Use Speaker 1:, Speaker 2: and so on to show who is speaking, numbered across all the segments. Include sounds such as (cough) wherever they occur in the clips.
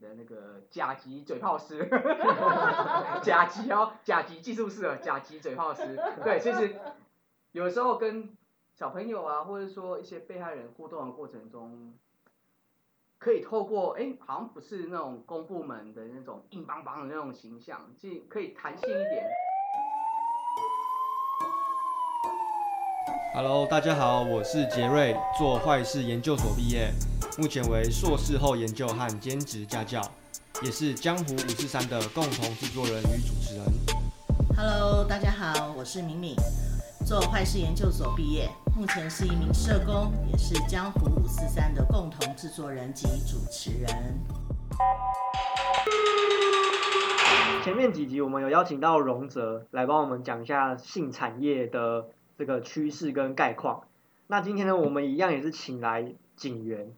Speaker 1: 的那个甲级嘴炮
Speaker 2: (laughs)
Speaker 1: 师，甲级哦，甲级技术师啊，甲级嘴炮师。对，其实有时候跟小朋友啊，或者说一些被害人互动的过程中，可以透过哎、诶好像不是那种公部门的那种硬邦邦的那种形象，即可以弹性一点。
Speaker 3: Hello，大家好，我是杰瑞，做坏事研究所毕业，目前为硕士后研究和兼职家教，也是江湖五四三的共同制作人与主持人。
Speaker 4: Hello，大家好，我是敏敏，做坏事研究所毕业，目前是一名社工，也是江湖五四三的共同制作人及主持人。
Speaker 2: 前面几集我们有邀请到荣泽来帮我们讲一下性产业的这个趋势跟概况。那今天呢，我们一样也是请来警员，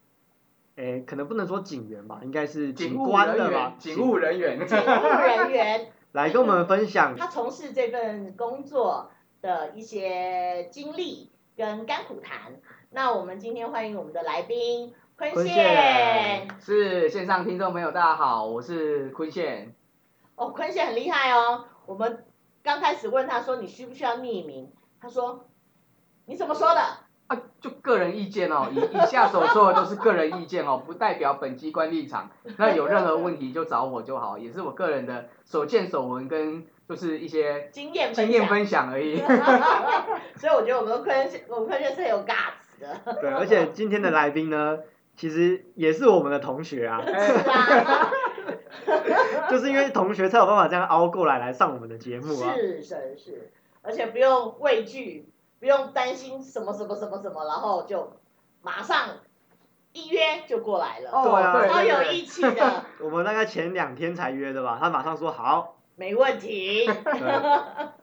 Speaker 2: 诶，可能不能说警员吧，应该是
Speaker 1: 警务
Speaker 2: 官
Speaker 1: 人
Speaker 2: 的吧
Speaker 1: 员，，警务人员，
Speaker 5: 警务人员，
Speaker 2: 来跟我们分享
Speaker 5: 他从事这份工作的一些经历跟甘苦谈。那我们今天欢迎我们的来宾坤
Speaker 2: 坤
Speaker 5: 宪
Speaker 2: 宪。
Speaker 1: 是线上听众朋友，大家好，我是坤宪。
Speaker 5: 哦，坤宪很厉害哦。我们刚开始问他说你需不需要匿名，他说你怎么说的？
Speaker 1: 啊，就个人意见哦，以以下所说的都是个人意见哦，不代表本机关立场。那有任何问题就找我就好，也是我个人的所见所闻跟就是一些
Speaker 5: 经验分
Speaker 1: 经
Speaker 5: 享。
Speaker 1: 验分享而已。 (laughs)
Speaker 5: 所以我觉得我们坤宪，我们坤宪是很有 guts 的。
Speaker 2: 对，而且今天的来宾呢，其实也是我们的同学啊，
Speaker 5: 是
Speaker 2: (laughs)
Speaker 5: 啊， (laughs)
Speaker 2: 就是因为同学才有办法这样凹过来来上我们的节目啊。
Speaker 5: 是是是，而且不用畏惧，不用担心什么什么什么什么，然后就马上一约就过来了，
Speaker 2: 对啊
Speaker 5: 超有义气的，
Speaker 2: 我们大概前两天才约的吧，他马上说
Speaker 5: (laughs)
Speaker 2: 好。
Speaker 5: 没
Speaker 2: (laughs)
Speaker 5: 问题。
Speaker 2: 对，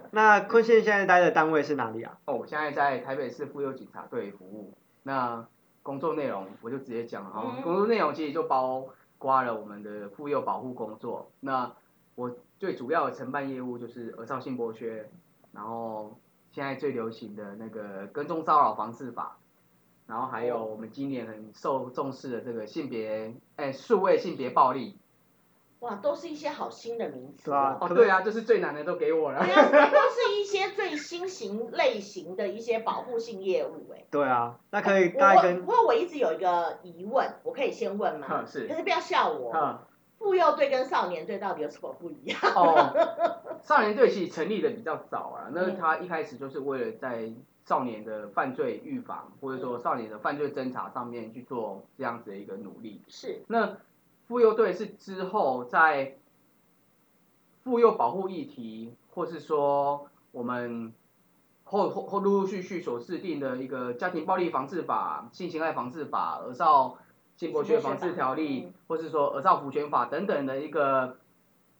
Speaker 2: 那坤宪现在待的单位是哪里啊？
Speaker 1: 哦，我现在在台北市妇幼警察队服务。那工作内容我就直接讲了哈、
Speaker 5: 嗯
Speaker 1: 工作内容其实就包括了我们的妇幼保护工作。那我最主要的承办业务就是儿少性剥削，然后现在最流行的那个跟踪骚扰防治法，然后还有我们今年很受重视的这个性别，哎，数位性别暴力。
Speaker 5: 哇，都是一些好新的名词
Speaker 2: 对啊
Speaker 5: 哦。
Speaker 1: 哦，对啊，就是最难的都给我了
Speaker 5: 对。啊，都是一些最新型类型的一些保护性业务哎、
Speaker 2: 对啊，那可以 (laughs)
Speaker 5: 我
Speaker 2: 大概跟
Speaker 5: 不过我一直有一个疑问，我可以先问吗
Speaker 1: 嗯？ (laughs) 是
Speaker 5: 可是不要笑我。
Speaker 1: 嗯
Speaker 5: 妇幼队跟少年队到底有什么不一样？
Speaker 1: (laughs) 哦，少年队其实成立的比较早啊，那他一开始就是为了在少年的犯罪预防，或者说少年的犯罪侦查上面去做这样子的一个努力。
Speaker 5: 是
Speaker 1: 那妇幼队是之后在妇幼保护议题，或是说我们后后后陆陆续续所制定的一个家庭暴力防治法、性侵害防治法、儿少性剥削防治条例
Speaker 5: 嗯，
Speaker 1: 或是说儿少抚权法等等的一个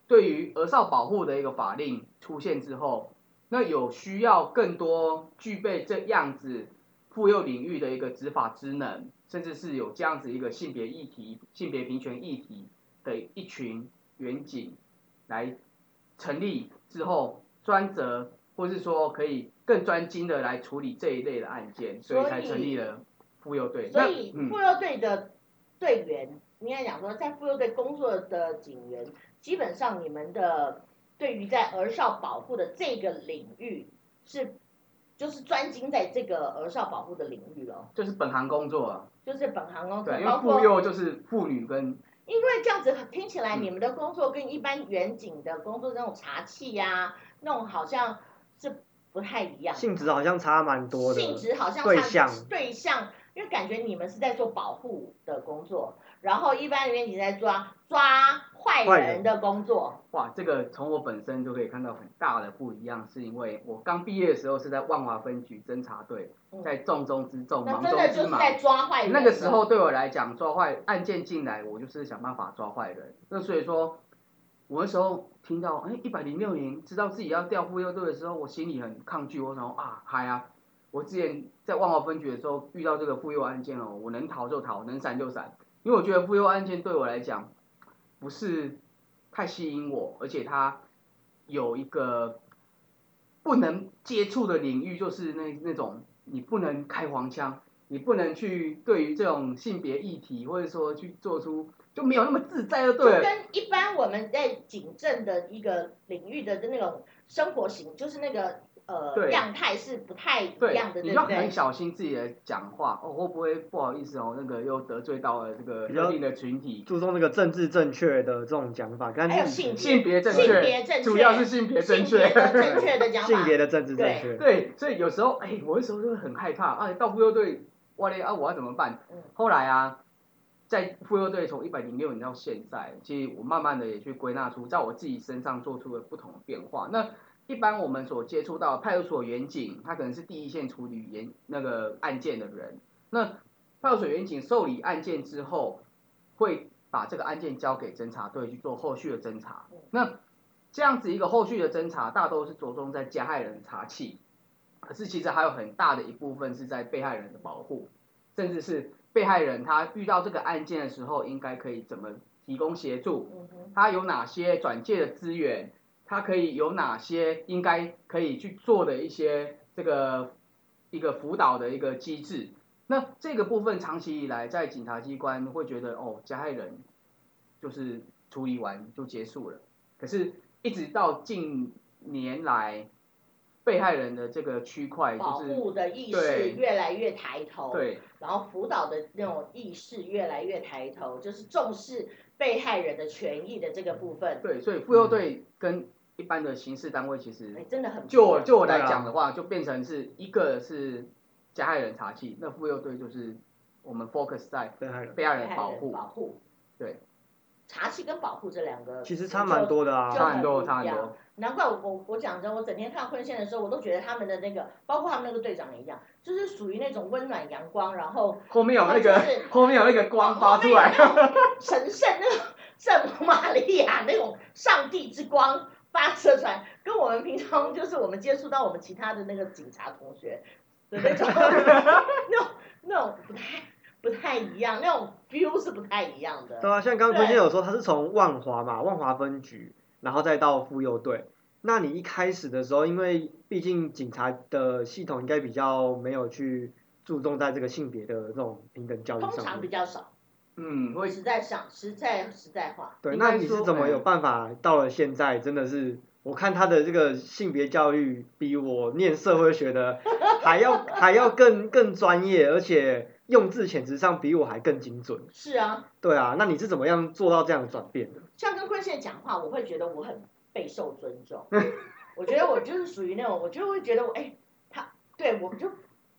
Speaker 1: 对于儿少保护的一个法令出现之后，那有需要更多具备这样子妇幼领域的一个执法职能，甚至是有这样子一个性别议题、性别平权议题的一群远景来成立之后，专责或是说可以更专精的来处理这一类的案件，所以才成立了妇幼队。
Speaker 5: 所以
Speaker 1: 那嗯
Speaker 5: 妇幼队的队员，应该讲说，在妇幼队工作的警员，基本上你们的对于在儿少保护的这个领域是，就是专精在这个儿少保护的领域咯，
Speaker 1: 就是本行工作啊，
Speaker 5: 就是本行工作
Speaker 1: 对，，因
Speaker 5: 包
Speaker 1: 为妇
Speaker 5: 括
Speaker 1: 幼就是妇女跟
Speaker 5: 因为这样子听起来，
Speaker 1: 嗯
Speaker 5: 你们的工作跟一般远景的工作那种茶器呀、那种好像是不太一样的，
Speaker 2: 性质好像差蛮多的。
Speaker 5: 性质好像
Speaker 2: 对
Speaker 5: 差
Speaker 2: 象
Speaker 5: 对象，因为感觉你们是在做保护的工作，然后一般人你在抓抓坏
Speaker 2: 坏
Speaker 5: 人
Speaker 2: 人
Speaker 5: 的工作，
Speaker 1: 哇，这个从我本身就可以看到很大的不一样，是因为我刚毕业的时候是在万华分局侦查队，
Speaker 5: 嗯
Speaker 1: 在重中之重，
Speaker 5: 那
Speaker 1: 忙
Speaker 5: 真
Speaker 1: 中
Speaker 5: 的就
Speaker 1: 之
Speaker 5: 是
Speaker 1: 忙。
Speaker 5: 在抓坏人。
Speaker 1: 那个时候，对我来讲，抓坏案件进来，我就是想办法抓坏人。那所以说，我那时候听到哎一百零六年知道自己要调妇幼队的时候，我心里很抗拒，我想说啊嗨啊！我之前在万华分局的时候遇到这个妇幼案件哦，我能逃就逃，能闪就闪，因为我觉得妇幼案件对我来讲不是太吸引我，而且它有一个不能接触的领域，就是那那种你不能开黄腔。你不能去对于这种性别议题，或者说去做出就没有那么自在，就
Speaker 5: 就
Speaker 1: 对了。
Speaker 5: 跟一般我们在警政的一个领域的那种生活型，就是那个呃
Speaker 1: 对
Speaker 5: 样态是不太一
Speaker 1: 对
Speaker 5: 样的，，
Speaker 1: 你
Speaker 5: 对
Speaker 1: 就
Speaker 5: 不
Speaker 1: 很
Speaker 5: 对？
Speaker 1: 小心自己的讲话哦，会不会不好意思哦，那个又得罪到了这个
Speaker 2: 比较
Speaker 1: 特定的群体，
Speaker 2: 注重那个政治正确的这种讲法，
Speaker 5: 还
Speaker 2: 但
Speaker 5: 有
Speaker 2: 是
Speaker 5: 性
Speaker 1: 性别正
Speaker 5: 性
Speaker 1: 确，
Speaker 5: 别正确，
Speaker 1: 主要是性别正
Speaker 5: 性别的
Speaker 1: 确。
Speaker 5: 正确的讲法
Speaker 2: 性，别的政治正确，
Speaker 1: 对，所以有时候，哎、我那时候就很害怕，啊，到妇幼队，哇嘞，啊，我要怎么办
Speaker 5: 嗯？
Speaker 1: 后来啊，在妇幼队从一百零六年到现在，其实我慢慢的也去归纳出，在我自己身上做出了不同的变化。那一般我们所接触到的派出所员警，他可能是第一线处理严那个案件的人。那派出所员警受理案件之后，会把这个案件交给侦查队去做后续的侦查
Speaker 5: 嗯。
Speaker 1: 那这样子一个后续的侦查，大都是着重在加害人查起，可是其实还有很大的一部分是在被害人的保护，甚至是被害人他遇到这个案件的时候，应该可以怎么提供协助，
Speaker 5: 嗯哼，
Speaker 1: 他有哪些转介的资源，他可以有哪些应该可以去做的一些这个一个辅导的一个机制。那这个部分长期以来，在警察机关会觉得哦，加害人就是处理完就结束了。可是，一直到近年来，被害人的这个区块
Speaker 5: 保
Speaker 1: 就是
Speaker 5: 护的意识
Speaker 1: 对
Speaker 5: 越来越抬头，
Speaker 1: 对
Speaker 5: 然后辅导的那种意识越来越抬头，就是重视被害人的权益的这个部分，
Speaker 1: 对，所以妇幼
Speaker 5: 嗯
Speaker 1: 队跟一般的刑事单位其实
Speaker 5: 哎，真的很
Speaker 1: 就
Speaker 5: 不一
Speaker 1: 我
Speaker 5: 样
Speaker 1: 就我来讲的话，就变成是一个是加害人查缉，那妇幼队就是我们 focus 在
Speaker 2: 被害人
Speaker 1: 被害
Speaker 5: 被
Speaker 1: 人
Speaker 5: 害
Speaker 1: 保
Speaker 5: 人
Speaker 1: 护，
Speaker 5: 保护，
Speaker 1: 对，
Speaker 5: 查气跟保护这两个
Speaker 2: 其实差蛮多的
Speaker 5: 就
Speaker 1: 差
Speaker 2: 啊。
Speaker 1: 很多，
Speaker 5: 很不一
Speaker 1: 差很
Speaker 5: 样
Speaker 1: 多。
Speaker 5: 难怪我我我讲真，我整天看婚线的时候，我都觉得他们的那个，包括他们那个队长也一样，就是属于那种温暖阳光，然后
Speaker 1: 后面有那个
Speaker 5: 就，是
Speaker 1: 后面有那个光发出来，
Speaker 5: 后面有那种神圣那种圣母玛利亚那种上帝之光发射出来，跟我们平常就是我们接触到我们其他的那个警察同学的那
Speaker 1: (laughs)
Speaker 5: 种那种那种不太不太一样，那种 feel 是不太一样的。
Speaker 2: 对啊，像刚刚坤先
Speaker 5: 对
Speaker 2: 有说，他是从万华嘛，万华分局，然后再到妇幼队。那你一开始的时候，因为毕竟警察的系统应该比较没有去注重在这个性别的这种平等教育
Speaker 5: 通
Speaker 2: 上
Speaker 5: 常比
Speaker 2: 面。
Speaker 5: 较少，
Speaker 1: 嗯，会
Speaker 5: 实在上实在实在话，
Speaker 2: 对，
Speaker 1: 应
Speaker 2: 那
Speaker 1: 该
Speaker 2: 你是
Speaker 1: 说
Speaker 2: 怎么
Speaker 1: 哎
Speaker 2: 有办法到了现在，真的是我看他的这个性别教育比我念社会学的还要 (laughs) 还要更更专业，而且用字遣词上比我还更精准。
Speaker 5: 是啊，
Speaker 2: 对啊，那你是怎么样做到这样的转变的？
Speaker 5: 像跟坤现讲话，我会觉得我很备受尊重。我觉得我就是属于那种，我就会觉得我哎、他对我就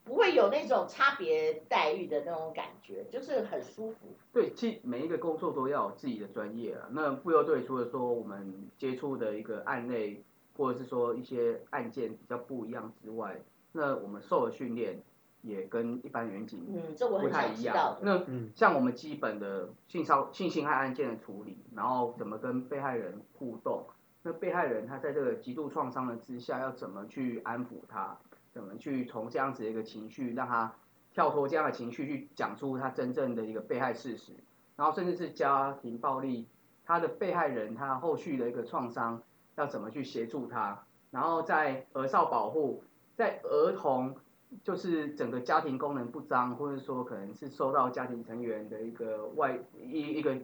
Speaker 5: 不会有那种差别待遇的那种感觉，就是很舒服。
Speaker 1: 对，其实每一个工作都要有自己的专业啊。那妇幼队除了说我们接触的一个案类，或者是说一些案件比较不一样之外，那我们受的训练也跟一般员警
Speaker 5: 嗯，这我
Speaker 1: 不
Speaker 5: 很
Speaker 1: 太
Speaker 5: 想
Speaker 1: 一
Speaker 5: 知道
Speaker 1: 样。
Speaker 5: 的。
Speaker 1: 那
Speaker 2: 嗯
Speaker 1: 像我们基本的性骚性侵害案件的处理，然后怎么跟被害人互动，那被害人他在这个极度创伤的之下，要怎么去安抚他，怎么去从这样子的一个情绪让他跳脱这样的情绪，去讲出他真正的一个被害事实，然后甚至是家庭暴力，他的被害人他后续的一个创伤要怎么去协助他，然后在儿少保护，在儿童就是整个家庭功能不彰，或者说可能是受到家庭成员的一个外一一个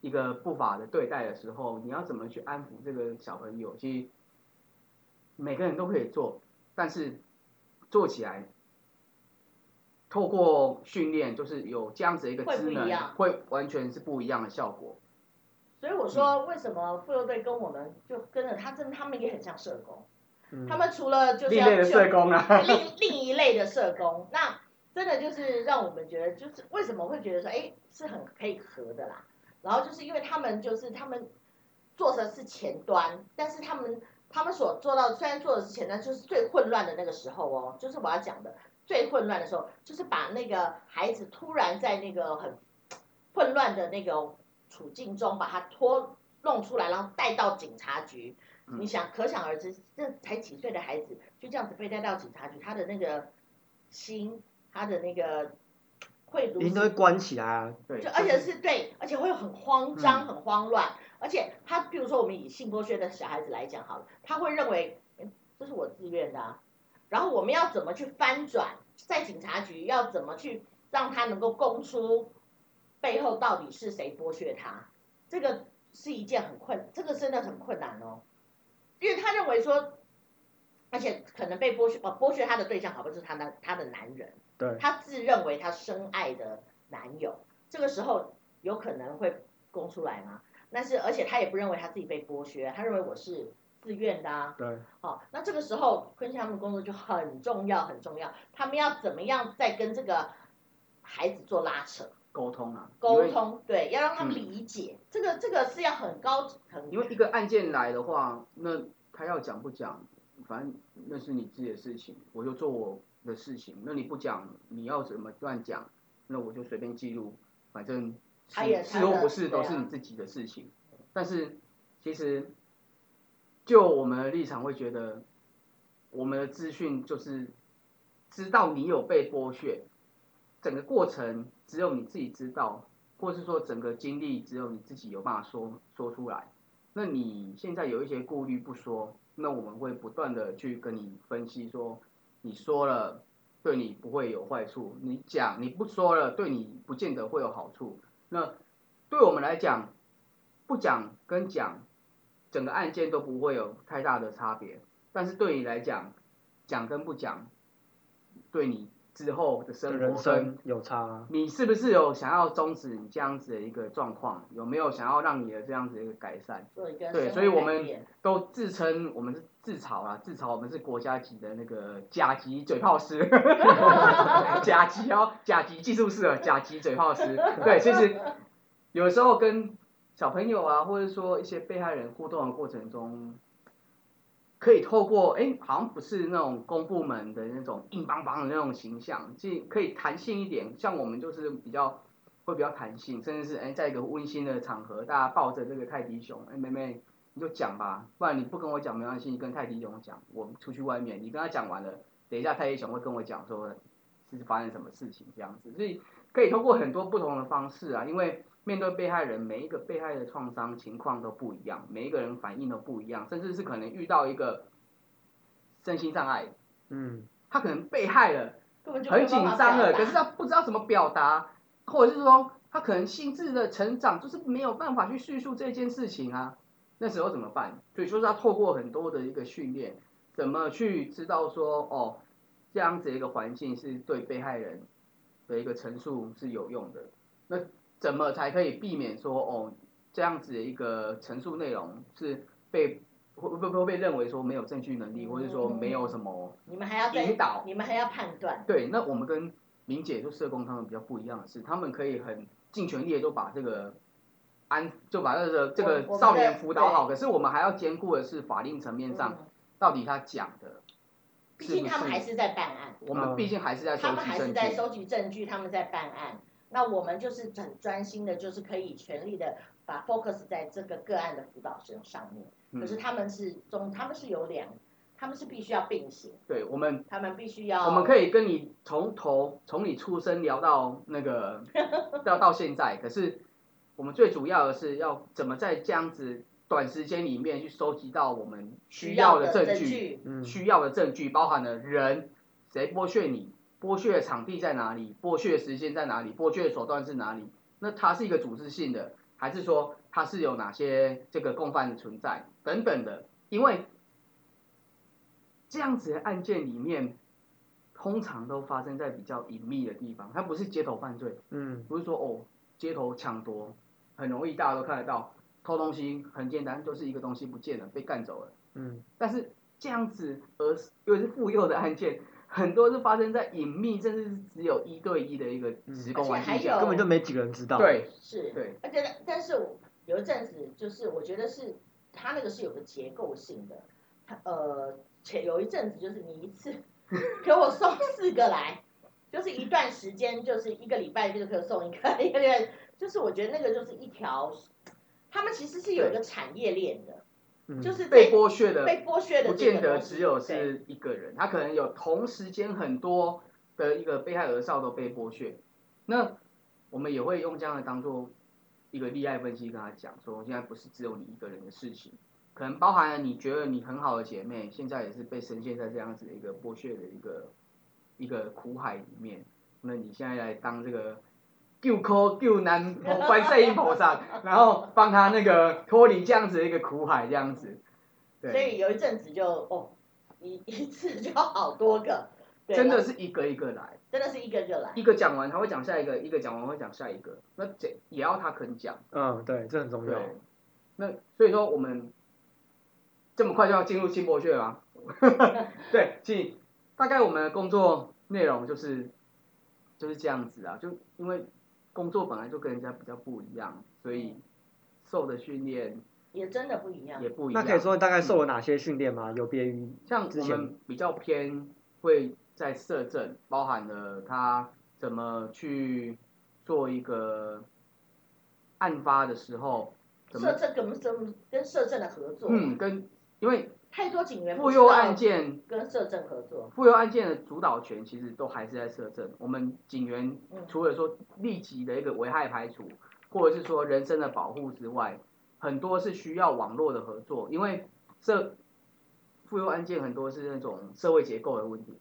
Speaker 1: 一个不法的对待的时候，你要怎么去安抚这个小朋友？其实每个人都可以做，但是做起来。透过训练，就是有这样子一个
Speaker 5: 会不
Speaker 1: 职能
Speaker 5: 一样，
Speaker 1: 会完全是不一样的效果。
Speaker 5: 所以我
Speaker 1: 嗯
Speaker 5: 说，为什么妇幼队跟我们就跟着他，真的他们也很像社工。
Speaker 2: 嗯
Speaker 5: 他们除了就是
Speaker 1: 另
Speaker 5: 要
Speaker 1: 类的
Speaker 5: 救
Speaker 1: 社工啊，
Speaker 5: 另另一类的社工，那真的就是让我们觉得，就是为什么会觉得说，哎，是很可以合的啦。然后就是因为他们就是他们做的是前端，但是他们他们所做到虽然做的是前端，就是最混乱的那个时候哦，就是我要讲的最混乱的时候，就是把那个孩子突然在那个很混乱的那个处境中把他拖弄出来，然后带到警察局。
Speaker 1: 嗯
Speaker 5: 你想，可想而知，这才几岁的孩子就这样子被带到警察局，他的那个心，他的那个会如
Speaker 2: 您都会关起来啊，
Speaker 1: 对，
Speaker 5: 就而且是对，而且会很慌张、很慌乱，而且他比如说我们以性剥削的小孩子来讲好了，他会认为嗯这是我自愿的、啊，然后我们要怎么去翻转，在警察局要怎么去让他能够供出背后到底是谁剥削他，这个是一件很困，这个真的很困难哦，因为他认为说，而且可能被剥削，呃，剥削他的对象好像是他的他的男人，
Speaker 2: 对，
Speaker 5: 他自认为他深爱的男友，这个时候有可能会供出来吗？但是而且他也不认为他自己被剥削，他认为我是自愿的啊，
Speaker 2: 对，
Speaker 5: 好、那这个时候昆西他们工作就很重要，很重要。他们要怎么样再跟这个孩子做拉扯、
Speaker 1: 沟通啊，
Speaker 5: 沟
Speaker 1: 因为
Speaker 5: 通？对，要让他们
Speaker 1: 嗯
Speaker 5: 理解，这个这个是要很高很
Speaker 1: 因为一个案件来的话，那他要讲不讲，反正那是你自己的事情，我就做我的事情。那你不讲，你要怎么乱讲，那我就随便记录，反正是
Speaker 5: 哎呀他
Speaker 1: 是
Speaker 5: 的
Speaker 1: 或不是
Speaker 5: 对
Speaker 1: 都
Speaker 5: 啊
Speaker 1: 是你自己的事情。但是其实，就我们的立场会觉得，我们的资讯就是知道你有被剥削，整个过程只有你自己知道，或是说整个经历只有你自己有办法说说出来。那你现在有一些顾虑不说，那我们会不断的去跟你分析说，你说了对你不会有坏处，你讲你不说了对你不见得会有好处。那对我们来讲，不讲跟讲，整个案件都不会有太大的差别。但是对你来讲，讲跟不讲，对你之后的生活
Speaker 2: 人
Speaker 1: 跟
Speaker 2: 生有差啊，
Speaker 1: 你是不是有想要终止你这样子的一个状况？有没有想要让你的这样子的一个改善？
Speaker 5: 做一个
Speaker 1: 对
Speaker 5: 生活
Speaker 1: 所以我
Speaker 5: 改
Speaker 1: 们
Speaker 5: 变
Speaker 1: 都自称我们是自嘲啦，自嘲我们是国家级的那个甲级嘴炮师，甲级哦，甲级技术师哦，甲级嘴炮师。对，其实有时候跟小朋友啊，或者说一些被害人互动的过程中，可以透过哎、诶好像不是那种公部门的那种硬邦邦的那种形象，即可以弹性一点。像我们就是比较会比较弹性，甚至是哎、诶在一个温馨的场合，大家抱着这个泰迪熊，哎、妹妹你就讲吧，不然你不跟我讲没关系，你跟泰迪熊讲，我们出去外面，你跟他讲完了，等一下泰迪熊会跟我讲说是发生什么事情这样子，所以可以通过很多不同的方式啊，因为。面对被害人，每一个被害的创伤情况都不一样，每一个人反应都不一样，甚至是可能遇到一个身心障碍，
Speaker 2: 嗯，
Speaker 1: 他可能被害了，
Speaker 5: 根本就没
Speaker 1: 很
Speaker 5: 有
Speaker 1: 紧
Speaker 5: 办法
Speaker 1: 张
Speaker 5: 表
Speaker 1: 了，
Speaker 5: 达
Speaker 1: 可是他不知道怎么表达，或者是说他可能心智的成长就是没有办法去叙述这件事情啊，那时候怎么办？所以就是他透过很多的一个训练，怎么去知道说哦，这样子一个环境是对被害人的一个陈述是有用的，那怎么才可以避免说哦这样子的一个陈述内容是被会会会被认为说没有证据能力，或者说
Speaker 5: 嗯
Speaker 1: 没有什么。
Speaker 5: 你们还要再
Speaker 1: 引导
Speaker 5: 你们还要判断，
Speaker 1: 对，那我们跟明姐就社工他们比较不一样的是，他们可以很尽全力的就把这个安就把这个这
Speaker 5: 我我们
Speaker 1: 个
Speaker 5: 的
Speaker 1: 少年辅导好，
Speaker 5: 对
Speaker 1: 可是我们还要兼顾的是法令层面上、
Speaker 5: 嗯
Speaker 1: 到底他讲的，
Speaker 5: 毕竟他们还
Speaker 1: 是
Speaker 5: 是在办案，
Speaker 1: 不是我们毕竟还是在收
Speaker 5: 他们
Speaker 1: 集
Speaker 5: 还是
Speaker 1: 证
Speaker 5: 在
Speaker 1: 据，
Speaker 5: 收集证据，他们在办案。那我们就是很专心的，就是可以全力的把 focus 在这个个案的辅导生上面。可是
Speaker 1: 嗯，
Speaker 5: 他们是中，他们是有两，他们是必须要并行，
Speaker 1: 对我们。
Speaker 5: 他们必须要。
Speaker 1: 我们可以跟你从头从你出生聊到那
Speaker 5: (laughs)
Speaker 1: 个到到现在，可是我们最主要的是要怎么在这样子短时间里面去收集到我们需
Speaker 5: 需
Speaker 1: 要
Speaker 5: 要
Speaker 1: 的
Speaker 5: 的
Speaker 1: 证据，
Speaker 5: 据，
Speaker 2: 嗯，
Speaker 1: 需要的证据包含了人，谁剥削你，剥削的场地在哪里，剥削的时间在哪里，剥削的手段是哪里？那它是一个组织性的，还是说它是有哪些这个共犯的存在等等的？因为这样子的案件里面，通常都发生在比较隐秘的地方，它不是街头犯罪，
Speaker 2: 嗯，
Speaker 1: 不是说哦街头抢夺很容易，大家都看得到，偷东西很简单，就是一个东西不见了，被干走了。
Speaker 2: 嗯，
Speaker 1: 但是这样子而又是妇幼的案件，很多是发生在隐秘，甚至是只有一对一的一个
Speaker 2: 嗯
Speaker 1: 职工环境
Speaker 5: 而且还
Speaker 1: 下
Speaker 5: 有。
Speaker 2: 根本就没几个人知道，，
Speaker 1: 对
Speaker 5: 是，
Speaker 1: 对，
Speaker 5: 而且但是我有一阵子就是我觉得是它那个是有个结构性的，它呃，且有一阵子就是你一次 (laughs) 给我送四个来，就是一段时间，就是一个礼拜就给我送一个，一个礼拜，就是我觉得那个就是一条，他们其实是有一个产业链的，
Speaker 2: 嗯，
Speaker 5: 就是
Speaker 1: 被
Speaker 5: 这
Speaker 1: 剥削的
Speaker 5: 被剥削的
Speaker 1: 不
Speaker 5: 这个
Speaker 1: 见得
Speaker 5: 东西
Speaker 1: 只有
Speaker 5: 对
Speaker 1: 是一个人，他可能有同时间很多的一个被害儿少都被剥削。那我们也会用这样的当做一个利害分析跟他讲说，现在不是只有你一个人的事情，可能包含了你觉得你很好的姐妹，现在也是被深陷在这样子的一个剥削的一个一个苦海里面。那你现在来当这个救苦救难观世音菩
Speaker 5: (laughs)
Speaker 1: 萨，然后帮他那个脱离这样子的一个苦海，这样子。
Speaker 5: 所
Speaker 1: 对，
Speaker 5: 以有一阵子就哦，一一次就好多个，对
Speaker 1: 真的是一个一个来，
Speaker 5: 真的是一个个来，
Speaker 1: 一个讲完他会讲下一个，一个讲完会讲下一个，那这也要他肯讲。
Speaker 2: 嗯，对，这很重要。
Speaker 1: 对，那所以说我们这么快就要进入新博学
Speaker 2: (laughs)
Speaker 1: 吗？对，所以大概我们的工作内容就是就是这样子啊，就因为工作本来就跟人家比较不一样，所以受的训练
Speaker 5: 也真的不一样
Speaker 1: 也。不一
Speaker 2: 那
Speaker 1: 样。
Speaker 2: 可以说大概受了哪些训练吗？有别于
Speaker 1: 像
Speaker 2: 之
Speaker 1: 我
Speaker 2: 前
Speaker 1: 们比较偏会在摄政，包含了他怎么去做一个案发的时候怎么
Speaker 5: 摄政跟跟跟摄政的合作，
Speaker 1: 嗯跟因为
Speaker 5: 太多警员不
Speaker 1: 妇
Speaker 5: 知
Speaker 1: 幼
Speaker 5: 道
Speaker 1: 案件
Speaker 5: 跟摄政合作，
Speaker 1: 妇幼案件的主导权其实都还是在社政。我们警员
Speaker 5: 嗯
Speaker 1: 除了说立即的一个危害排除，或者是说人身的保护之外，很多是需要网络的合作，因为社妇幼案件很多是那种社会结构的问题，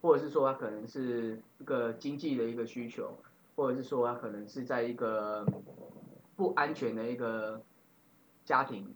Speaker 1: 或者是说它可能是一个经济的一个需求，或者是说它可能是在一个不安全的一个家庭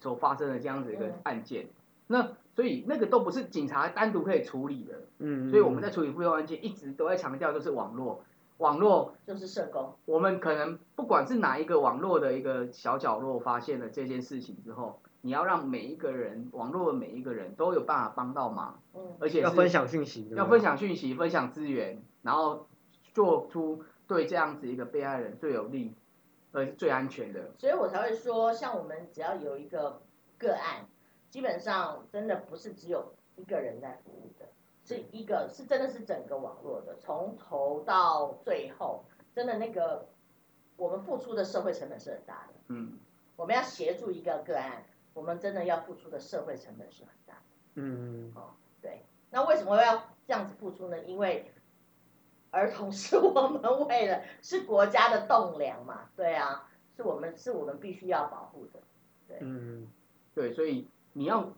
Speaker 1: 所发生的这样子一个
Speaker 5: 嗯
Speaker 1: 案件。那所以那个都不是警察单独可以处理的，
Speaker 2: 嗯，
Speaker 1: 所以我们在处理妇幼案件一直都在强调就是网络，网络
Speaker 5: 就是社工，
Speaker 1: 我们可能不管是哪一个网络的一个小角落发现了这件事情之后，你要让每一个人网络的每一个人都有办法帮到忙，
Speaker 5: 嗯，
Speaker 1: 而且
Speaker 2: 要
Speaker 1: 是
Speaker 2: 分享讯息，对不对
Speaker 1: 要分享讯息、分享资源，然后做出对这样子一个被害人最有利，而最安全的。
Speaker 5: 所以我才会说，像我们只要有一个个案，基本上真的不是只有一个人在服务的，是一个是真的是整个网络的，从头到最后，真的那个我们付出的社会成本是很大的。
Speaker 1: 嗯，
Speaker 5: 我们要协助一个个案，我们真的要付出的社会成本是很大的。
Speaker 2: 嗯，
Speaker 5: 那为什么要这样子付出呢？因为儿童是我们为了是国家的栋梁嘛，对啊，是我们是我们必须要保护的。
Speaker 2: 嗯，
Speaker 1: 对，所以你要，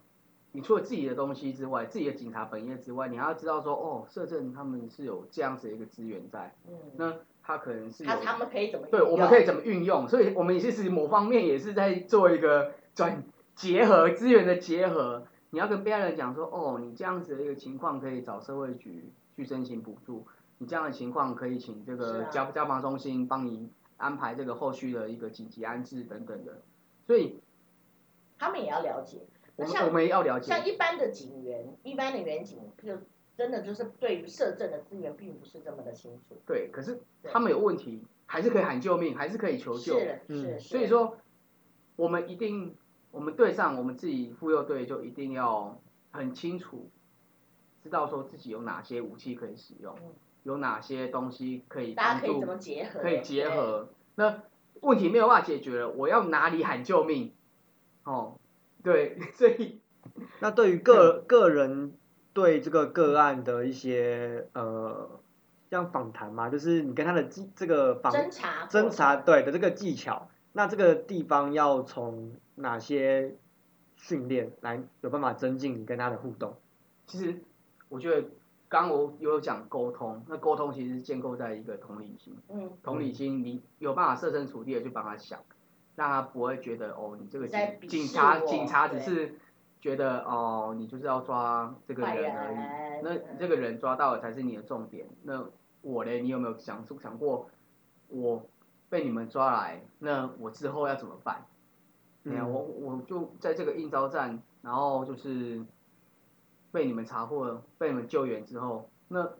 Speaker 1: 你除了自己的东西之外，自己的警察本业之外，你还要知道说，哦，社政他们是有这样子的一个资源在，
Speaker 5: 嗯，
Speaker 1: 那他可能是有
Speaker 5: 他他们可以怎么运
Speaker 1: 对，
Speaker 5: 用？
Speaker 1: 我们可以怎么运用？所以我们其实某方面也是在做一个转结合资源的结合。你要跟被害人讲说，哦，你这样子的一个情况可以找社会局去申请补助，你这样的情况可以请这
Speaker 5: 是
Speaker 1: 个
Speaker 5: 啊
Speaker 1: 家家防中心帮你安排这个后续的一个紧急安置等等的。所以
Speaker 5: 他们也要了解。
Speaker 1: 我
Speaker 5: 那
Speaker 1: 们我
Speaker 5: 像
Speaker 1: 们也要了
Speaker 5: 像
Speaker 1: 解，
Speaker 5: 一般的警员，一般的员警，就真的就是对于社政的资源并不是这么的清楚。
Speaker 1: 对，可是他们有问题，还是可以喊救命，还是可以求救。
Speaker 5: 是
Speaker 2: 嗯
Speaker 5: 是，
Speaker 1: 所以
Speaker 5: 是
Speaker 1: 说，我们一定，我们队上我们自己妇幼队就一定要很清楚，知道说自己有哪些武器可以使用
Speaker 5: 嗯，
Speaker 1: 有哪些东西可以
Speaker 5: 大
Speaker 1: 帮
Speaker 5: 家可以怎
Speaker 1: 助，
Speaker 5: 么结合？
Speaker 1: 可以结合。那问题没有办法解决了，我要哪里喊救命？哦，对， (laughs) 所以
Speaker 2: 那对于个个人对这个个案的一些呃，像访谈嘛，就是你跟他的技这个
Speaker 5: 对
Speaker 2: 访
Speaker 5: 侦查
Speaker 2: 侦查对的这个技巧，那这个地方要从哪些训练来有办法增进你跟他的互动？
Speaker 1: 其实我觉得，刚刚我有讲沟通，那沟通其实建构在一个同理心。
Speaker 5: 嗯，
Speaker 1: 同理心，你有办法设身处地的去帮他想，让他不会觉得哦，你这个
Speaker 5: 在
Speaker 1: 警
Speaker 5: 鄙视
Speaker 1: 警察
Speaker 5: 我
Speaker 1: 警察只
Speaker 5: 对
Speaker 1: 是觉得哦，你就是要抓这个
Speaker 5: 坏
Speaker 1: 人而已，
Speaker 5: 人嗯
Speaker 1: 那这个人抓到了才是你的重点。那我嘞，你有没有想想过，我被你们抓来，那我之后要怎么办？哎呀、
Speaker 5: 嗯
Speaker 1: 我我就在这个应招站，然后就是被你们查获、被你们救援之后，那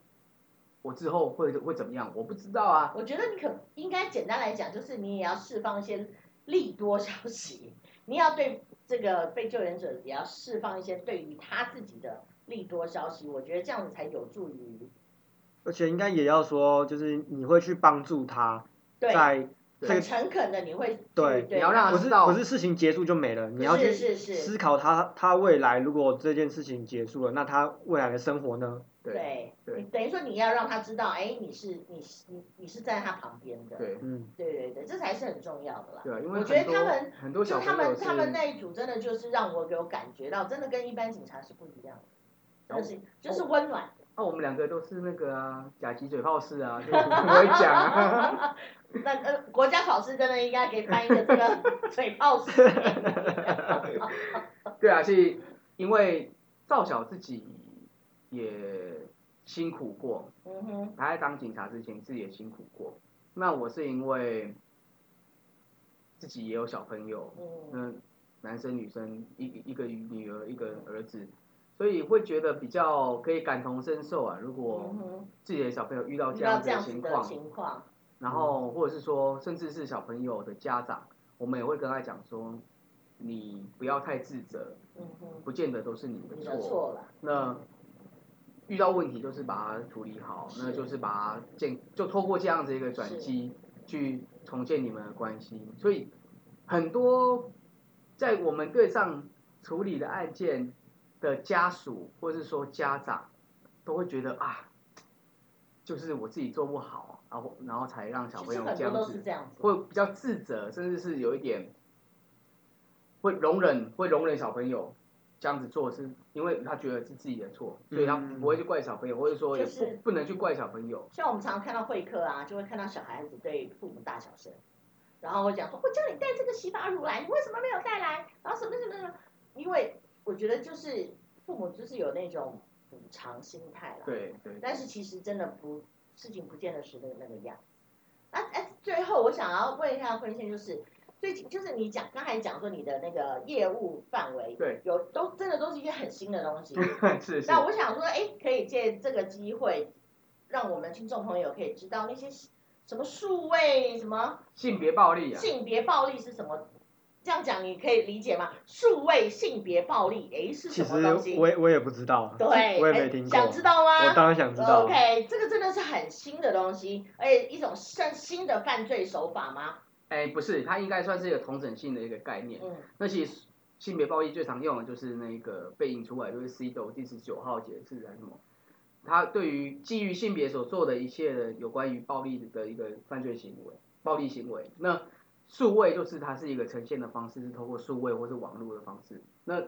Speaker 1: 我之后会会怎么样？我不知道啊。
Speaker 5: 我觉得你可应该简单来讲，就是你也要释放一些利多消息，你要对这个被救援者也要释放一些对于他自己的利多消息。我觉得这样子才有助于
Speaker 2: 而且应该也要说，就是你会去帮助他
Speaker 5: 对
Speaker 2: 在这
Speaker 5: 很
Speaker 2: 个
Speaker 5: 诚恳的，你会
Speaker 2: 对
Speaker 5: 去
Speaker 1: 你要让他
Speaker 2: 不
Speaker 1: 知
Speaker 2: 是
Speaker 1: 道
Speaker 2: 不是事情结束就没了，你要
Speaker 5: 是
Speaker 2: 去
Speaker 5: 是是，
Speaker 2: 思考他他未来如果这件事情结束了，那他未来的生活呢？
Speaker 5: 对，
Speaker 1: 对
Speaker 5: 你等于说你要让他知道，哎，你是你是你你是站在他旁边的，
Speaker 1: 对
Speaker 2: 嗯，
Speaker 5: 对对对，这才是很重要的啦。
Speaker 1: 对啊，因为
Speaker 5: 我觉得
Speaker 1: 很多
Speaker 5: 他们
Speaker 1: 很多
Speaker 5: 就
Speaker 1: 小
Speaker 5: 他
Speaker 1: 朋友
Speaker 5: 们
Speaker 1: 是
Speaker 5: 他们那一组真
Speaker 1: 哦
Speaker 5: 的就是让我有感觉到，真的跟一般警察是不一样的，真的是就是温暖的，
Speaker 1: 那、我们两个都是那个啊，假鸡嘴炮式
Speaker 5: (laughs)
Speaker 1: 啊，就不会讲啊。 (laughs)
Speaker 5: 那呃，国家考试真的应该给办一个
Speaker 1: (laughs)
Speaker 5: 这个嘴炮试验。
Speaker 1: 对啊，是因为赵晓自己也辛苦过，
Speaker 5: 嗯哼，
Speaker 1: 他在当警察之前自己也辛苦过。那我是因为自己也有小朋友，
Speaker 5: 嗯
Speaker 1: 那男生女生一一一个女儿一个儿子，所以会觉得比较可以感同身受啊。如果
Speaker 5: 嗯哼，
Speaker 1: 自己的小朋友遇到
Speaker 5: 遇
Speaker 1: 这
Speaker 5: 到
Speaker 1: 样
Speaker 5: 这样
Speaker 1: 的
Speaker 5: 子
Speaker 1: 情
Speaker 5: 的
Speaker 1: 况，
Speaker 5: 情况，
Speaker 1: 然后或者是说，甚至是小朋友的家长，我们也会跟他讲说，你不要太自责，
Speaker 5: 嗯哼，
Speaker 1: 不见得都是你的
Speaker 5: 你
Speaker 1: 错。
Speaker 5: 的错了，
Speaker 1: 那遇到问题就是把它处理好，
Speaker 5: 是
Speaker 1: 那就是把它建，就透过这样子一个转机去重建你们的关系。所以很多在我们队上处理的案件的家属或是说家长，都会觉得啊，就是我自己做不好，然后然后才让小
Speaker 5: 其
Speaker 1: 朋
Speaker 5: 实
Speaker 1: 友
Speaker 5: 很
Speaker 1: 这样
Speaker 5: 多都
Speaker 1: 子
Speaker 5: 是，这样子，
Speaker 1: 会比较自责，甚至是有一点会容忍，会容忍小朋友这样子做，是因为他觉得是自己的错，所以他
Speaker 2: 嗯
Speaker 1: 不会去怪小朋友，或者说也不、
Speaker 5: 就是
Speaker 1: 不能去怪小朋友。
Speaker 5: 像我们常常看到会客啊，就会看到小孩子对父母大小声，然后会讲说：“我叫你带这个洗发乳来，你为什么没有带来？”然后什么什么什么，因为我觉得就是父母就是有那种补偿心态了，
Speaker 1: 对对，
Speaker 5: 但是其实真的不，事情不见得是那个那个样子。那、啊、哎、最后我想要问一下坤先，就是最近就是你讲刚才讲说你的那个业务范围，
Speaker 1: 对，
Speaker 5: 有都真的都是一些很新的东 (laughs) 西。
Speaker 1: (laughs) 是是，
Speaker 5: 那我想说，哎，可以借这个机会，让我们听众朋友可以知道那些什么数位、什么
Speaker 1: 性别暴力啊，
Speaker 5: 性别暴力是什么。这样讲你可以理解吗？数位性别暴力，哎，是
Speaker 2: 其
Speaker 5: 什
Speaker 2: 实
Speaker 5: 么东西？
Speaker 2: 我也我也不知道，啊
Speaker 5: 对，
Speaker 2: 我也
Speaker 5: 哎
Speaker 2: 没听过
Speaker 5: 想知道吗？哦
Speaker 2: 我当然想知道。
Speaker 5: OK，这个真的是很新的东西，而且一种算新的犯罪手法吗？
Speaker 1: 哎，不是，它应该算是一个同整性的一个概念。
Speaker 5: 嗯，
Speaker 1: 那其实性别暴力最常用的就是那个被引出来，就是 C 斗第十九号解释还是什么？他对于基于性别所做的一切的有关于暴力的一个犯罪行为、暴力行为，那数位就是它是一个呈现的方式，是透过数位或是网络的方式。那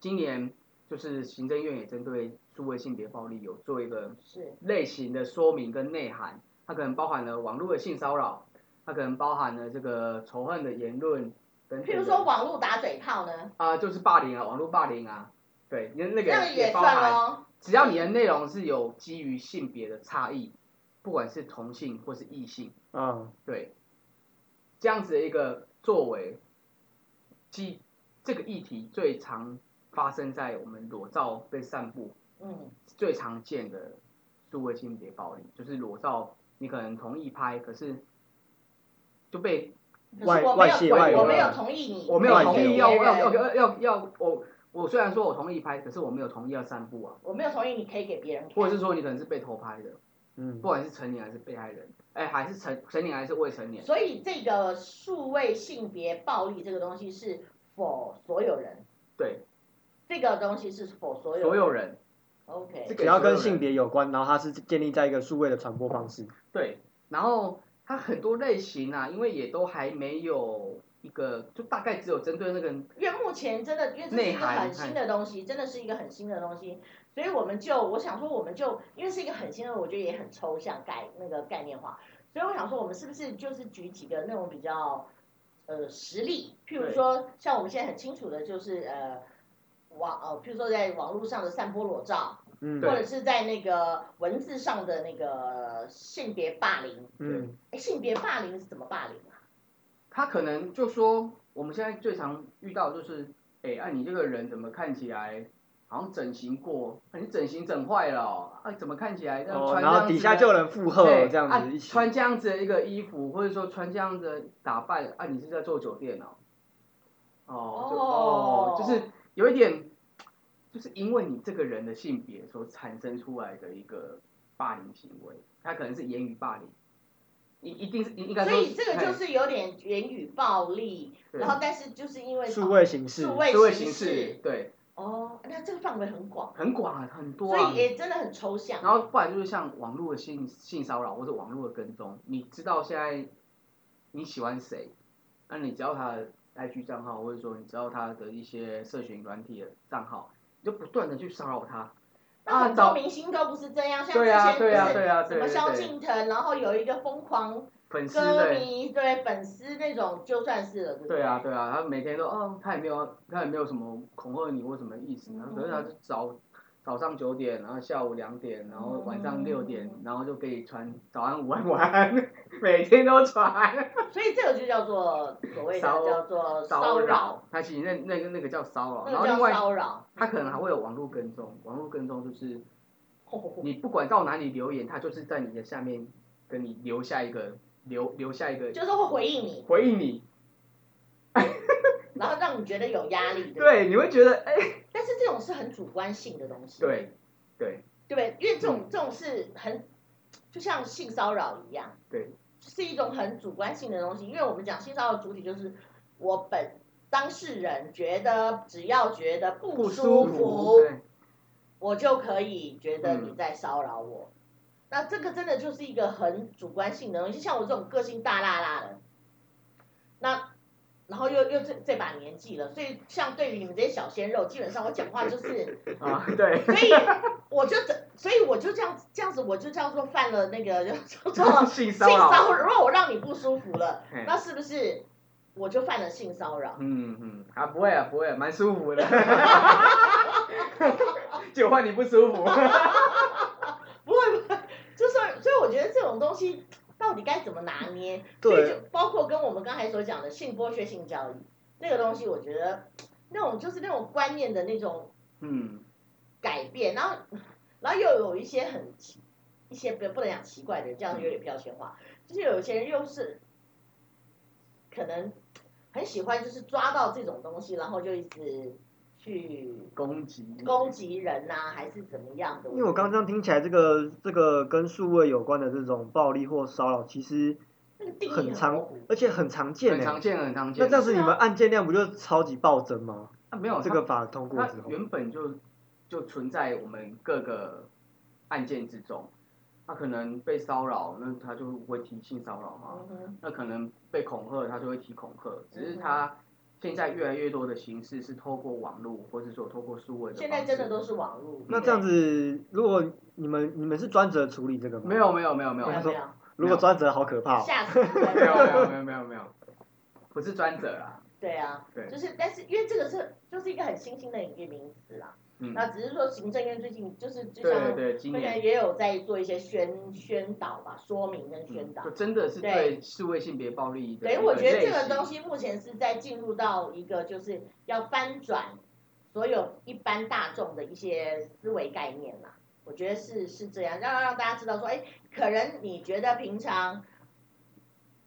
Speaker 1: 今年就是行政院也针对数位性别暴力有做一个
Speaker 5: 是，
Speaker 1: 类型的说明跟内涵，它可能包含了网络的性骚扰，它可能包含了这个仇恨的言论等等的。
Speaker 5: 譬如说网络打嘴炮呢，
Speaker 1: 啊、就是霸凌啊，网络霸凌啊，对，那那
Speaker 5: 这
Speaker 1: 个
Speaker 5: 样也
Speaker 1: 也包
Speaker 5: 算
Speaker 1: 含，
Speaker 5: 哦。
Speaker 1: 只要你的内容是有基于性别的差异，不管是同性或是异性，
Speaker 2: 嗯，
Speaker 1: 对，这样子的一个作为，即这个议题最常发生在我们裸照被散布
Speaker 5: 嗯，
Speaker 1: 最常见的数位性别暴力，就是裸照，你可能同意拍，可是就被
Speaker 5: 可
Speaker 2: 外
Speaker 5: 是我没
Speaker 2: 外
Speaker 5: 有
Speaker 2: 泄
Speaker 5: 同
Speaker 2: 外
Speaker 5: 意，
Speaker 2: 流
Speaker 5: 我没有
Speaker 2: 了
Speaker 5: 同意你，
Speaker 1: 我没有
Speaker 2: 外
Speaker 1: 同
Speaker 2: 流
Speaker 1: 意要
Speaker 5: 别人
Speaker 1: 要要要要要我我虽然说我同意拍，可是我没有同意要散步啊，
Speaker 5: 我没有同意，你可以给别人看，
Speaker 1: 或者是说你可能是被偷拍的，
Speaker 2: 嗯
Speaker 1: 不，管是成年还是被害人，哎，还是成成年还是未成年，
Speaker 5: 所以这个数位性别暴力这个东西是否所有人？
Speaker 1: 对，
Speaker 5: 这个东西是否所有人
Speaker 1: 所有人
Speaker 5: OK，
Speaker 1: 这个
Speaker 2: 只要跟性别有关，然后它是建立在一个数位的传播方式。
Speaker 1: 对，然后它很多类型啊，因为也都还没有一个，就大概只有针对那个
Speaker 5: 因为目前真的，因为这是一
Speaker 1: 内
Speaker 5: 个
Speaker 1: 涵
Speaker 5: 很新的东西，真的是一个很新的东西，所以我们就我想说，我们就因为是一个很新的，我觉得也很抽象概那个概念化，所以我想说，我们是不是就是举几个那种比较呃实例，譬如
Speaker 1: 对
Speaker 5: 说像我们现在很清楚的就是呃网呃，譬如说在网络上的散播裸照，
Speaker 2: 嗯，
Speaker 5: 或者是在那个文字上的那个性别霸凌，
Speaker 2: 嗯，
Speaker 5: 哎，性别霸凌是怎么霸凌啊？
Speaker 1: 他可能就说，我们现在最常遇到就是，哎、啊你这个人怎么看起来好像整形过？啊你整形整坏了哦、啊怎么看起来这样
Speaker 2: 哦，
Speaker 1: 穿这
Speaker 2: 然
Speaker 1: 样
Speaker 2: 后
Speaker 1: 子啊
Speaker 2: 底
Speaker 1: 的
Speaker 2: 下就有人附
Speaker 1: (laughs)
Speaker 2: 和
Speaker 1: 对
Speaker 2: (laughs) 这样
Speaker 1: 啊
Speaker 2: 子一起。
Speaker 1: 穿这样子的一个衣服，或者说穿这样子的打扮，啊你是在做酒店哦？哦，就
Speaker 5: 哦
Speaker 1: 哦，就是有一点，就是因为你这个人的性别所产生出来的一个霸凌行为，他可能是言语霸凌。一一定是应应该
Speaker 5: 所
Speaker 1: 说，
Speaker 5: 以这个就
Speaker 1: 嘿
Speaker 5: 是有点言语暴力，
Speaker 1: 对
Speaker 5: 然后但是就是因为哦
Speaker 2: 数位形式，
Speaker 5: 数位
Speaker 1: 社会形
Speaker 5: 形
Speaker 1: 式，对，
Speaker 5: 哦，那这个范围很广，
Speaker 1: 很广啊，很多
Speaker 5: 所
Speaker 1: 啊
Speaker 5: 以。也真的很抽象。
Speaker 1: 然后不然就是像网络的性性骚扰或者网络的跟踪，你知道现在你喜欢谁，那你知道他的 IG 账号，或者说你知道他的一些社群软体的账号，你就不断的去骚扰他，
Speaker 5: 那很
Speaker 1: 啊
Speaker 5: 多
Speaker 1: 早
Speaker 5: 明星都不是这样，像之
Speaker 1: 对啊，
Speaker 5: 前不
Speaker 1: 对啊，
Speaker 5: 是
Speaker 1: 对啊，
Speaker 5: 什
Speaker 1: 对
Speaker 5: 么
Speaker 1: 对
Speaker 5: 萧
Speaker 1: 对，
Speaker 5: 敬腾，然后有一个疯狂
Speaker 1: 粉丝
Speaker 5: 歌
Speaker 1: 对，
Speaker 5: 迷对粉丝那种，就算是了，对不
Speaker 1: 对啊，对啊，他每天都哦，他也没有，他也没有什么恐吓你或什么意思，
Speaker 5: 嗯
Speaker 1: 然后可是他就早早上九点，然后下午两点，然后晚上六点，
Speaker 5: 嗯
Speaker 1: 然后就给你传早安、午安、晚安， (laughs) 每天都传
Speaker 5: 所以这个就叫做所谓的
Speaker 1: 骚
Speaker 5: 叫做
Speaker 1: 骚
Speaker 5: 扰，
Speaker 1: 扰，他其实那那个那个叫骚扰，
Speaker 5: 那
Speaker 1: 然后
Speaker 5: 个
Speaker 1: 另
Speaker 5: 叫
Speaker 1: 外
Speaker 5: 骚扰。
Speaker 1: 他可能还会有网络跟踪，网络跟踪就是
Speaker 5: 哦
Speaker 1: 你不管到哪里留言，他就是在你的下面跟你留下一个留留下一个
Speaker 5: (laughs) 就是会回应你，
Speaker 1: 回应你，
Speaker 5: 然后让你觉得有压力。不
Speaker 1: 对，你会觉得哎、
Speaker 5: 但是这种是很主观性的东西，
Speaker 1: 对对
Speaker 5: 对不对？因为这种这种是很，就像性骚扰一样，
Speaker 1: 对，
Speaker 5: 是一种很主观性的东西。因为我们讲性骚扰的主体就是我本当事人觉得只要觉得不舒服，嗯
Speaker 1: 对
Speaker 5: 我就可以觉得你在骚扰我。那这个真的就是一个很主观性的东西，像我这种个性大辣辣的，那然后又又这这把年纪了，所以像对于你们这些小鲜肉，基本上我讲话就是，
Speaker 1: 啊对。
Speaker 5: 所以我就这，所以我就这样这样子，我就叫做犯了那个 (laughs) 叫
Speaker 1: (laughs)
Speaker 5: 做
Speaker 1: 性
Speaker 5: (laughs) 性
Speaker 1: 骚
Speaker 5: 骚
Speaker 1: 扰，
Speaker 5: 扰，如果我让你不舒服了，
Speaker 1: 嘿
Speaker 5: 那是不是我就犯了性骚扰？
Speaker 1: 嗯嗯，啊不会啊不会，蛮舒服的，就换你不舒服，
Speaker 5: 不会，不会，就是所以我觉得这种东西到底该怎么拿捏？
Speaker 2: 对
Speaker 5: 所以就包括跟我们刚才所讲的性剥削、性教育那个东西，我觉得那种就是那种观念的那种
Speaker 1: 嗯
Speaker 5: 改变，然后然后又有一些很奇一些不不能讲奇怪的，这样有点标签化，就是有一些人又是可能很喜欢就是抓到这种东西，然后就一直去
Speaker 1: 攻击
Speaker 5: 攻击人呐、还是怎么样的？
Speaker 2: 因为我刚刚听起来，这个这个跟数位有关的这种暴力或骚扰，其实
Speaker 5: 那个定义
Speaker 2: 很
Speaker 5: 模
Speaker 2: 常
Speaker 5: 糊，
Speaker 2: 而且很常见
Speaker 1: 很
Speaker 2: 诶、
Speaker 1: 常见很常见，
Speaker 2: 那这样子，
Speaker 5: 是啊哦
Speaker 2: 你们案件量不就超级暴增吗？
Speaker 1: 啊没有
Speaker 2: 这个法通过
Speaker 1: 它
Speaker 2: 之后，
Speaker 1: 原本就就存在我们各个案件之中，他可能被骚扰，那他就会提性骚扰嘛，
Speaker 5: 嗯哼
Speaker 1: 那可能被恐吓，他就会提恐吓，只是
Speaker 5: 嗯哼
Speaker 1: 他现在越来越多的形式是透过网络，或者说透过数位的方式，
Speaker 5: 现在真的都是网络。
Speaker 2: 那这样子，如果你们你们是专责处理这个吗？
Speaker 1: 没有，没有没有没
Speaker 5: 对
Speaker 1: 有
Speaker 5: 不
Speaker 1: 没有
Speaker 5: 对啊没有没
Speaker 2: 如果专责好可怕
Speaker 5: 有，
Speaker 2: 哦、
Speaker 5: 吓死人
Speaker 1: 没有
Speaker 5: 了！
Speaker 1: 没有没有没有，不是专责啦，
Speaker 5: 对啊，
Speaker 1: 对
Speaker 5: 就是但是因为这个是就是一个很新兴的一个名词啦，
Speaker 1: 嗯，
Speaker 5: 那只是说行政院最近就是
Speaker 1: 对
Speaker 5: 就
Speaker 1: 对
Speaker 5: 像
Speaker 1: 对，今
Speaker 5: 虽然
Speaker 1: 年
Speaker 5: 也有在做一些宣宣导吧，说明跟宣
Speaker 1: 嗯
Speaker 5: 导
Speaker 1: 就。真的是
Speaker 5: 对
Speaker 1: 对数位性别暴力的
Speaker 5: 等于
Speaker 1: 一
Speaker 5: 我觉得这
Speaker 1: 类
Speaker 5: 个
Speaker 1: 型
Speaker 5: 东西目前是在进入到一个就是要翻转所有一般大众的一些思维概念啦。我觉得是是这样，让让大家知道说，哎，可能你觉得平常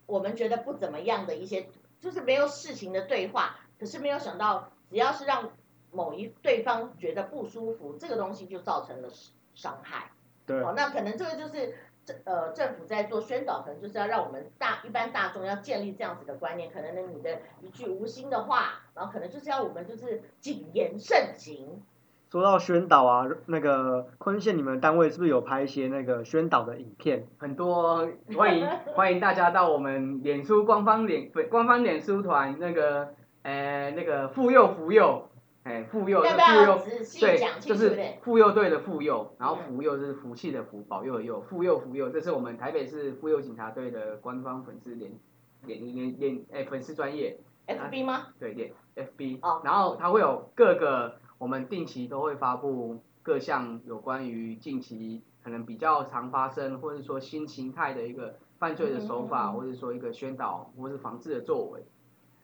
Speaker 5: 我们觉得不怎么样的一些，就是没有事情的对话，可是没有想到，只要是让某一对方觉得不舒服，这个东西就造成了伤害。
Speaker 2: 对
Speaker 5: 哦，那可能这个就是政呃政府在做宣导，可能就是要让我们大一般大众要建立这样子的观念，可能呢你的一句无心的话，然后可能就是要我们就是谨言慎行。
Speaker 2: 说到宣导啊，那个坤县你们单位是不是有拍一些那个宣导的影片？
Speaker 1: 很多，欢
Speaker 5: (laughs)
Speaker 1: 迎欢迎大家到我们脸书官方脸不官方脸书团那个，呃，那个妇幼妇幼，哎，妇幼
Speaker 5: 要
Speaker 1: 那
Speaker 5: 不
Speaker 1: 妇
Speaker 5: 要
Speaker 1: 幼，
Speaker 5: 仔细
Speaker 1: 对
Speaker 5: 讲，
Speaker 1: 就
Speaker 5: 清楚
Speaker 1: 是啊
Speaker 5: 点？
Speaker 1: 妇幼队的妇幼，然后
Speaker 5: 嗯
Speaker 1: 福幼就是福气的福，保佑的佑，妇幼妇幼，这是我们台北市妇幼警察队的官方粉丝联联联联，哎，粉丝专业，
Speaker 5: FB 吗？
Speaker 1: 对，联 FB，
Speaker 5: 哦
Speaker 1: 然后它会有各个，我们定期都会发布各项有关于近期可能比较常发生，或者说新形态的一个犯罪的手法，
Speaker 5: 嗯嗯嗯
Speaker 1: 或者说一个宣导或是防治的作
Speaker 5: (laughs)
Speaker 1: 为。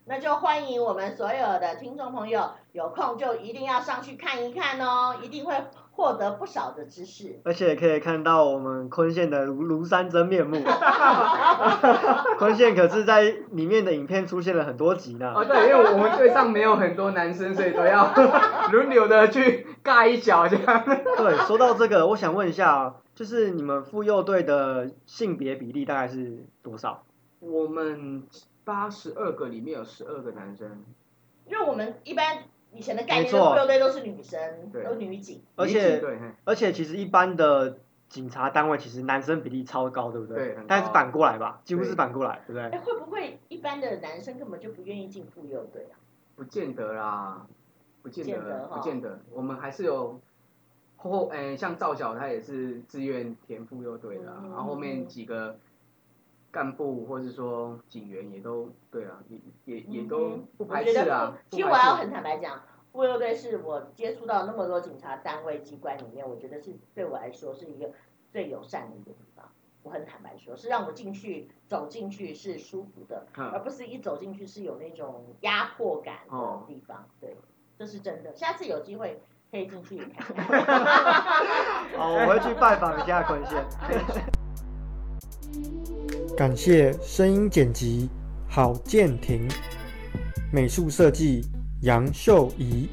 Speaker 5: 那就欢迎我们所有的听众朋友，有空就一定要上去看一看哦，一定会获得不少的知识。
Speaker 2: 而且可以看到我们坤县的庐庐山真
Speaker 1: (laughs)
Speaker 2: 面目。坤县可是在里面的影片出现了很多集呢
Speaker 1: 哦，。对，因为我们队上没有很多男生，所以都要 (laughs) 轮流的去尬一脚这
Speaker 5: (laughs)
Speaker 1: 样。
Speaker 2: 对，说到这个，我想问一下啊，就是你们妇幼队的性别比例大概是多少？
Speaker 1: 我们八十二个里面有十二个男生，
Speaker 5: 因为我们一般以前的概念，
Speaker 2: 没错
Speaker 5: 妇幼队都是女生，
Speaker 1: 对
Speaker 5: 都女警。
Speaker 2: 而
Speaker 1: 女警
Speaker 2: 且
Speaker 1: 对，嘿
Speaker 2: 而且其实一般的警察单位其实男生比例超高，对不对？
Speaker 1: 对很高啊
Speaker 2: 但是反过来吧，几乎是
Speaker 1: 对
Speaker 2: 反过来，对不对？
Speaker 5: 哎，会不会一般的男生根本就不愿意进妇幼队啊？
Speaker 1: 不见得啦，不见
Speaker 5: 不见得
Speaker 1: 得，
Speaker 5: 哈
Speaker 1: 不见得，我们还是有后诶、像赵晓他也是自愿填妇幼队的啊、
Speaker 5: 嗯
Speaker 1: 然后后面几个干部或是说警员也都对啊，也也也都
Speaker 5: 嗯
Speaker 1: 不
Speaker 5: 我
Speaker 1: 排
Speaker 5: 觉
Speaker 1: 斥
Speaker 5: 得
Speaker 1: 啊
Speaker 5: 不。其实
Speaker 1: 不
Speaker 5: 我
Speaker 1: 排斥
Speaker 5: 要很坦白讲，妇幼队是我接触到那么多警察单位机关里面，我觉得是对我来说是一个最友善的一个地方。我很坦白说，是让我进去走进去是舒服的，
Speaker 1: 嗯
Speaker 5: 而不是一走进去是有那种压迫感
Speaker 1: 哦
Speaker 5: 的地方。对，这是真的。下次有机会可以进去
Speaker 1: (laughs)
Speaker 5: 看看。
Speaker 2: 好，我会去拜访一下坤先。感谢声音剪辑郝建廷，美术设计杨秀仪。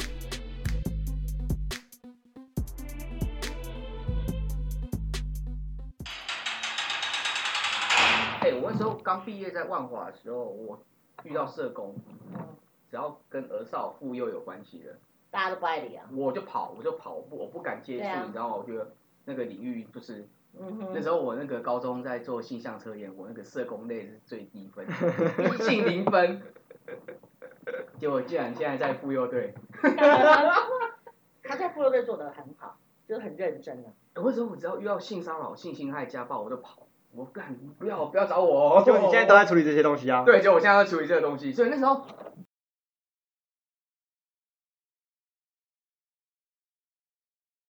Speaker 1: 哎、我那时候刚毕业在万华的时候，我遇到社工，
Speaker 5: 嗯
Speaker 1: 只要跟儿少妇幼有关系的，
Speaker 5: (laughs) 大家都不爱理啊。
Speaker 1: 我就跑，我就跑，我不我不敢接触，
Speaker 5: 对啊
Speaker 1: 你知道吗？我觉得那个领域就是
Speaker 5: 嗯
Speaker 1: 那
Speaker 5: 哼，
Speaker 1: 时候我那个高中在做性向测验，我那个社工类是最低分，
Speaker 2: (laughs)
Speaker 1: 一性零分，结果竟然现在在妇幼队。
Speaker 5: (laughs) 他在妇幼队做的很好，就是很认真啊。
Speaker 1: 为什么我只要遇到性骚扰、性侵害、家暴，我就跑？我干，不要不要找我、哦！
Speaker 2: 就你现在都在处理这些东西啊？
Speaker 1: 对，就我现在在处理这个东西，所以那时候